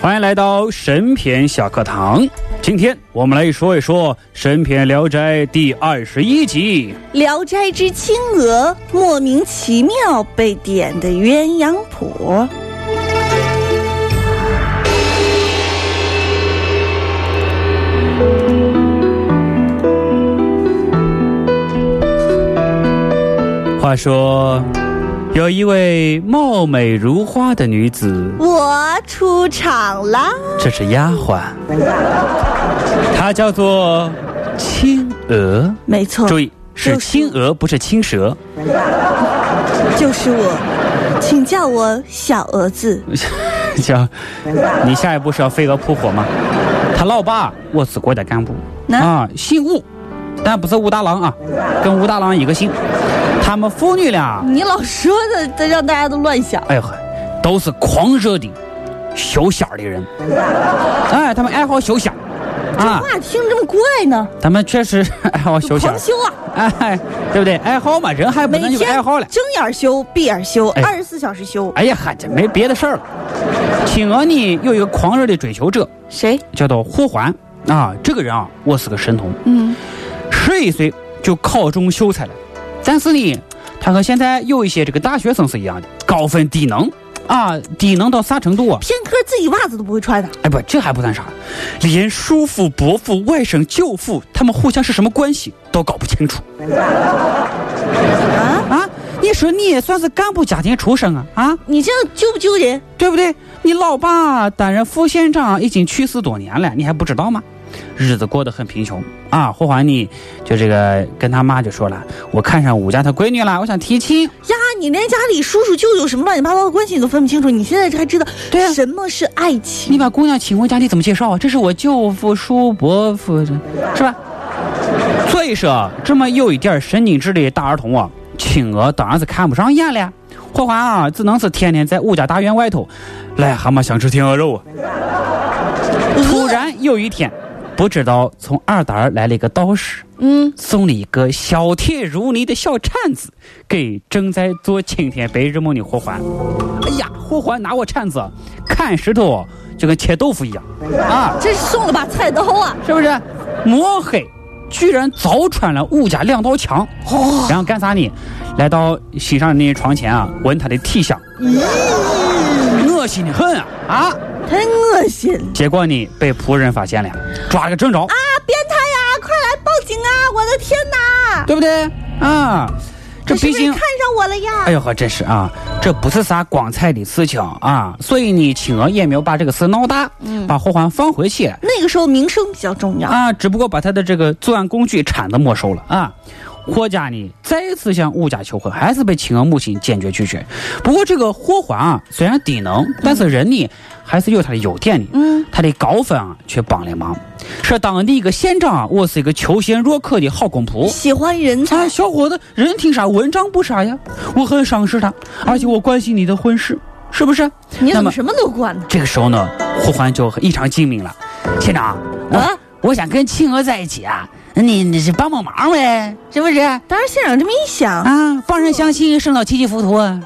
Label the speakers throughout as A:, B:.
A: 欢迎来到神篇小课堂。今天我们来说一说《神篇聊斋》第二十一集。
B: 《聊斋之青娥》莫名其妙被点的鸳鸯谱。
A: 话说，有一位貌美如花的女子，
B: 我出场啦！
A: 这是丫鬟，她叫做青娥。
B: 没错，
A: 注意，是青娥，不是青蛇。
B: 就是我，请叫我小蛾子。
A: 行，你下一步是要飞蛾扑火吗？他老爸我是国家干部
B: 那
A: 啊，姓武，但不是武大郎啊，跟武大郎一个姓。他们父女俩，
B: 你老说的，这让大家都乱想。
A: 哎呦呵，都是狂热的修仙儿的人。哎，他们爱好修仙儿啊，
B: 话听着这么怪呢？
A: 他们确实 爱好修仙儿
B: 狂。修啊！
A: 哎，对不对？爱好嘛，人还不
B: 每
A: 能有
B: 天
A: 爱好了。
B: 睁眼修，闭眼修，
A: 哎
B: 二十四小时修。
A: 哎呀，嗨，这没别的事儿了。青娥呢，有一个狂热的追求者，
B: 谁？
A: 叫做霍桓啊。这个人啊，我是个神童，
B: 嗯，
A: 十一岁就考中秀才了。但是呢，他和现在有一些这个大学生是一样的，高分低能啊，低能到啥程度啊？
B: 偏科自己袜子都不会穿的。
A: 哎不，这还不算啥，连叔父、伯父、外甥、舅父，他们互相是什么关系都搞不清楚。
B: 啊，
A: 啊，你说你也算是干部家庭出身啊啊，
B: 你这样纠不纠结？
A: 对不对？你老爸担任副县长已经去世多年了，你还不知道吗？日子过得很贫穷啊。霍华呢，就这个跟他妈就说了，我看上武家他闺女了，我想提亲。
B: 呀，你连家里叔叔舅舅什么乱七八糟的关系你都分不清楚，你现在这还知道
A: 对啊
B: 什么是爱情？
A: 你把姑娘请回家，你怎么介绍啊？这是我舅父、叔伯父，是吧？所以说，这么有一点神经质的大儿童啊，青娥当然是看不上眼了。霍华啊，只能是天天在武家大院外头，癞蛤蟆想吃天鹅肉啊。突然有一天，不知道从二达儿来了一个道士，
B: 嗯，
A: 送了一个小铁如泥的小铲子给正在做青天白日梦的霍桓。哎呀，霍桓拿我铲子砍石头，就跟切豆腐一样啊！
B: 这是送了把菜刀啊！
A: 是不是？摸黑居然凿穿了武家两道墙，然后干啥呢？来到心上人的床前啊，闻他的体香，恶心的很啊！啊！
B: 太恶心了
A: 结果呢，被仆人发现了，抓了个正着，
B: 啊！变态呀，快来报警啊！我的天哪，
A: 对不对？啊，这
B: 是
A: 毕
B: 不是
A: 竟
B: 看。上我了呀？
A: 哎呦呵，真是啊，这不是啥光彩的事情啊！所以呢，青娥也没有把这个事闹大，把霍桓放回去
B: 那个时候名声比较重要。
A: 啊，只不过把他的这个作案工具铲子没收了啊。霍家呢再次向武家求婚，还是被青娥母亲坚决拒绝。不过这个霍桓啊，虽然低能，但是人呢、还是有他的优点的。
B: 嗯，
A: 他的高分啊却帮了忙。说当地一个县长啊，我是一个求贤若渴的好公仆。
B: 喜欢人才
A: 啊，小伙子，人挺傻，文章不傻呀。我很赏识他，而且我关心你的婚事，是不是？
B: 你
A: 那
B: 怎
A: 么
B: 么什么都管呢？
A: 这个时候呢，霍桓就异常精明了。县长，我、
B: 啊
A: 我想跟青娥在一起啊，你你是帮帮忙呗，是不是？啊，
B: 当时县长这么一想，
A: 帮人相亲，生老七级浮屠啊。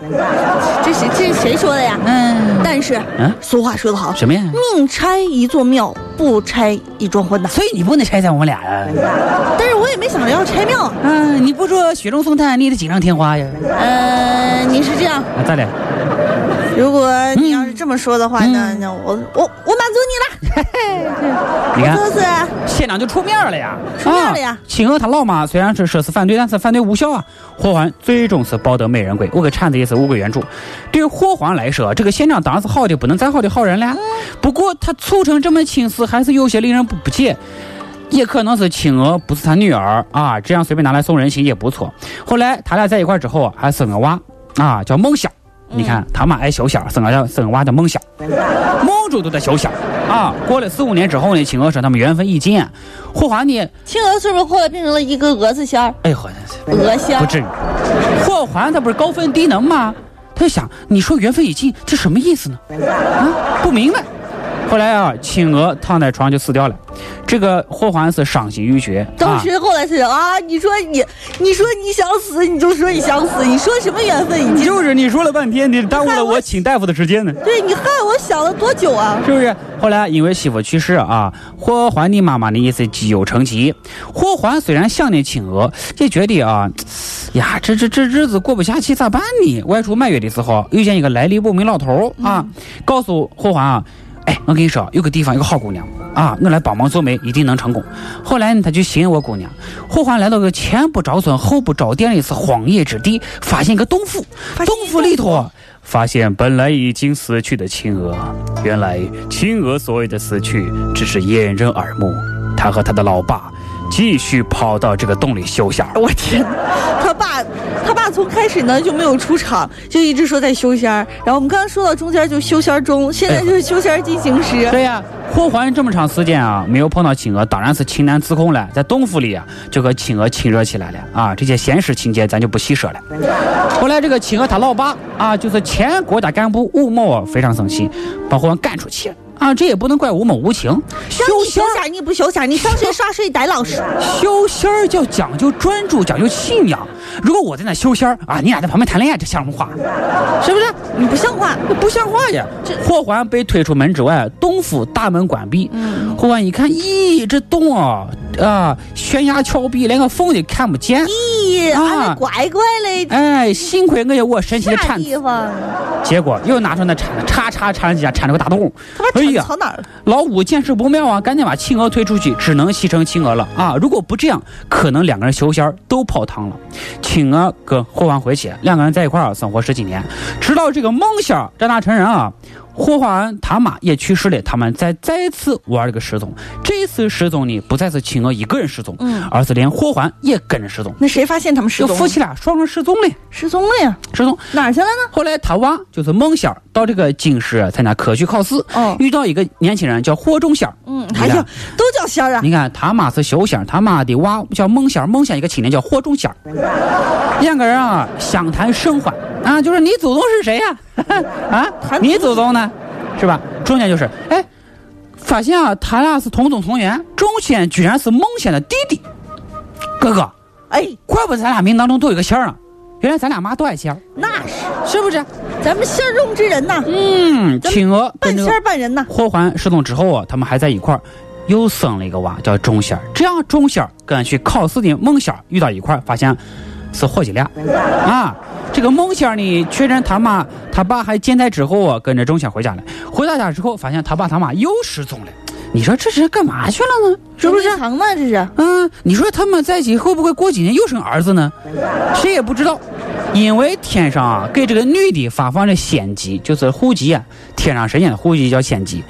B: 这是这是谁说的呀？
A: 嗯，
B: 但是
A: 嗯，
B: 俗话说得好，
A: 什么呀？
B: 宁拆一座庙，不拆一桩婚呐。
A: 所以你不能拆散我们俩呀、
B: 但是我也没想着要拆庙啊。
A: 啊！你不说雪中送炭，你得锦上添花呀。
B: 呃，你是这样，
A: 啊，咋的？
B: 如果你要是这么
C: 么说的话，那
A: 嗯
C: 那我我我满足你了，
A: 你看，
C: 就是
A: 县长就出面了呀，
C: 出面了呀
A: 啊请他老妈虽然是涉事反对，但是犯罪无效啊。霍环最终是报得美人归，我给铲子也是物归原主。对于霍环来说，啊这个县长当然是好的不能再好的好人了。啊不过他促成这门亲事，还是有些令人不不解。也可能是亲娥不是他女儿啊，这样随便拿来送人情也不错。后来他俩在一块儿之后啊，还生个娃啊，叫梦想。你看他妈爱小仙儿，生个叫生个娃叫梦想。梦主都在小仙儿啊。过了四五年之后呢，青娥说他们缘分已尽，霍华呢，
C: 青鹅是不是后来变成了一个鹅字仙儿？
A: 哎呦，好
C: 鹅仙
A: 不
C: 儿，
A: 至于。霍华他不是高分低能吗？他就想，你说缘分已尽，这什么意思呢？啊，不明白。后来啊，青娥躺在床上就死掉了。这个霍华是伤心欲绝，
C: 当
A: 啊、
C: 时后来是啊，你说你，你说你想死，你就说你想死，你说什么缘分已经？
A: 就是你说了半天，你耽误了我请大夫的时间呢。
C: 对你害我想了多久啊？
A: 是不是？后来因为媳妇去世啊，霍桓的妈妈呢也是积忧成疾。霍桓虽然想念青娥，也觉得啊，呀，这这这日子过不下去咋办呢？外出满月的时候，遇见一个来历不明老头儿啊，告诉霍桓啊，哎，我跟你说，有个地方有个好姑娘啊，我来帮忙做媒，一定能成功。后来呢，他就寻我姑娘。霍桓来到个前不着村后不着店的是荒野之地，发现一个洞府，洞府里头啊发现本来已经死去的青娥，原来青娥所谓的死去只是掩人耳目。他和他的老爸继续跑到这个洞里休息。
C: 我天，他爸，他爸从开始呢就没有出场，就一直说在修仙儿。然后我们刚刚说到中间就修仙儿中，现在就是修仙儿进行时。
A: 哎对呀、霍桓这么长时间啊，没有碰到青娥，当然是情难自控了。在洞府里啊，就和青娥亲热起来了啊。这些闲事情节咱就不细说了。后来这个青娥他老爸啊，就是前国家干部吴某啊，非常生气，把霍桓赶出去啊。这也不能怪吴某无情，修
C: 让你修
A: 仙儿
C: 仙儿你不修仙儿，你上学耍睡逮老师。
A: 修仙儿叫讲究专注，讲究信仰。如果我在那修仙儿啊，你俩在旁边谈恋爱，这像什么话？是不是？
C: 你不像话。
A: 这不像话呀！霍桓被推出门之外，洞府大门关闭。霍桓一看，咦，这洞啊啊，悬崖峭壁，连个缝也看不见。
C: 咦，俺的哎乖乖嘞，
A: 啊哎，幸亏我有我神奇的
C: 啥
A: 铲
C: 地
A: 子，
C: 方？
A: 结果又拿出那铲子，叉叉铲几下，铲了个大洞。
C: 他把
A: 哎
C: 铲
A: 呀
C: 藏哪儿了？
A: 老五见势不妙啊，赶紧把青娥推出去，只能牺牲青娥了啊！如果不这样，可能两个人修仙儿都泡汤了。青娥跟霍桓回去，两个人在一块儿生活十几年，直到这个梦想长大成人啊，霍桓他妈也去世了，他们再再次玩了个失踪。这次失踪呢，不再是青娥一个人失踪，
C: 嗯
A: 而是连霍桓也跟着失踪，
C: 那谁发现他们失
A: 就
C: 踪
A: 夫
C: 了？
A: 妻俩双双失踪了，
C: 失踪了呀？
A: 失踪。
C: 哪儿去了呢？
A: 后来他娃就是梦想到这个京师参加科举考试，
C: 哦
A: 遇到一个年轻人叫霍仲仙儿。
C: 嗯，哎呀，都叫仙儿啊！
A: 你看他妈是修仙儿，他妈的娃叫梦仙儿，梦仙儿一个青年叫霍仲仙 儿，两个人啊相谈甚欢啊，就是你祖宗是谁呀、 啊？你祖宗呢？是吧？中间就是哎，发现啊，他俩是同宗同源，仲仙居然是梦仙的弟弟，哥哥，
C: 哎，
A: 怪不得咱俩命当中都有一个仙儿啊，原来咱俩妈都爱仙儿，
C: 那是
A: 是不是？
C: 咱们仙儿中之人呐，
A: 嗯，青娥
C: 半
A: 跟这
C: 仙
A: 个
C: 儿半人呐。
A: 霍桓失踪之后啊，他们还在一块儿，又生了一个娃叫钟仙儿。这样钟仙儿跟去考试的孟仙儿遇到一块儿，发现是伙计俩啊。这个孟仙儿呢，确认他妈他爸还健在之后啊，跟着钟仙儿回家了。回到家之后，发现他爸他妈又失踪了。你说这是干嘛去了呢？
B: 嗯
A: 是不是？
C: 捉迷藏呢？这是
A: 嗯，你说他们在一起会不会过几年又生儿子呢？谁也不知道，因为天上啊给这个女的发放了仙籍，就是户籍啊，天上神仙的户籍叫仙籍，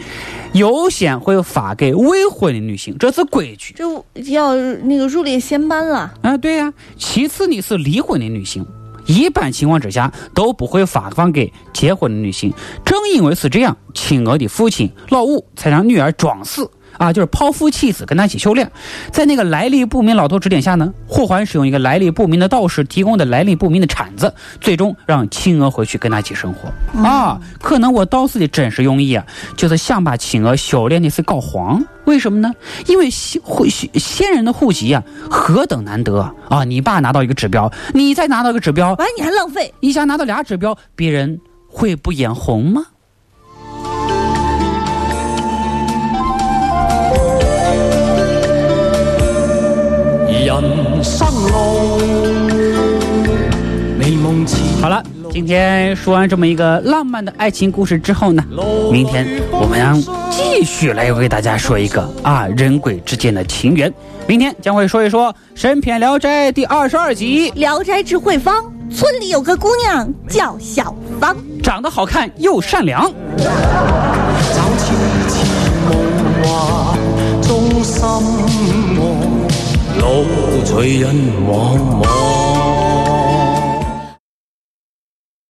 A: 优先会发给未婚的女性，这是规矩。
C: 这要那个入列仙班了。
A: 啊，对呀、其次呢是离婚的女性，一般情况之下都不会发放给结婚的女性。正因为是这样，亲娥的父亲老五才让女儿装死啊，就是抛夫弃子，跟他一起修炼。在那个来历不明老头指点下呢，霍桓使用一个来历不明的道士提供的来历不明的铲子，最终让亲娥回去跟他一起生活、啊。可能我道士的真实用意啊，就是想把亲娥修炼的是搞黄，为什么呢？因为先户先人的户籍啊，何等难得啊啊！你爸拿到一个指标，你再拿到一个指标，
C: 完，你还浪费。
A: 一下拿到俩指标，别人会不眼红吗？
D: 人生路，美梦似
A: 好了，今天说完这么一个浪漫的爱情故事之后呢，明天我们将继续来为大家说一个啊人鬼之间的情缘。明天将会说一说《神篇聊斋》第二十二集，
B: 聊斋志慧坊，村里有个姑娘叫小芳。
A: 长得好看又善良。
E: 找次似梦话，中心爱，老随人茫茫。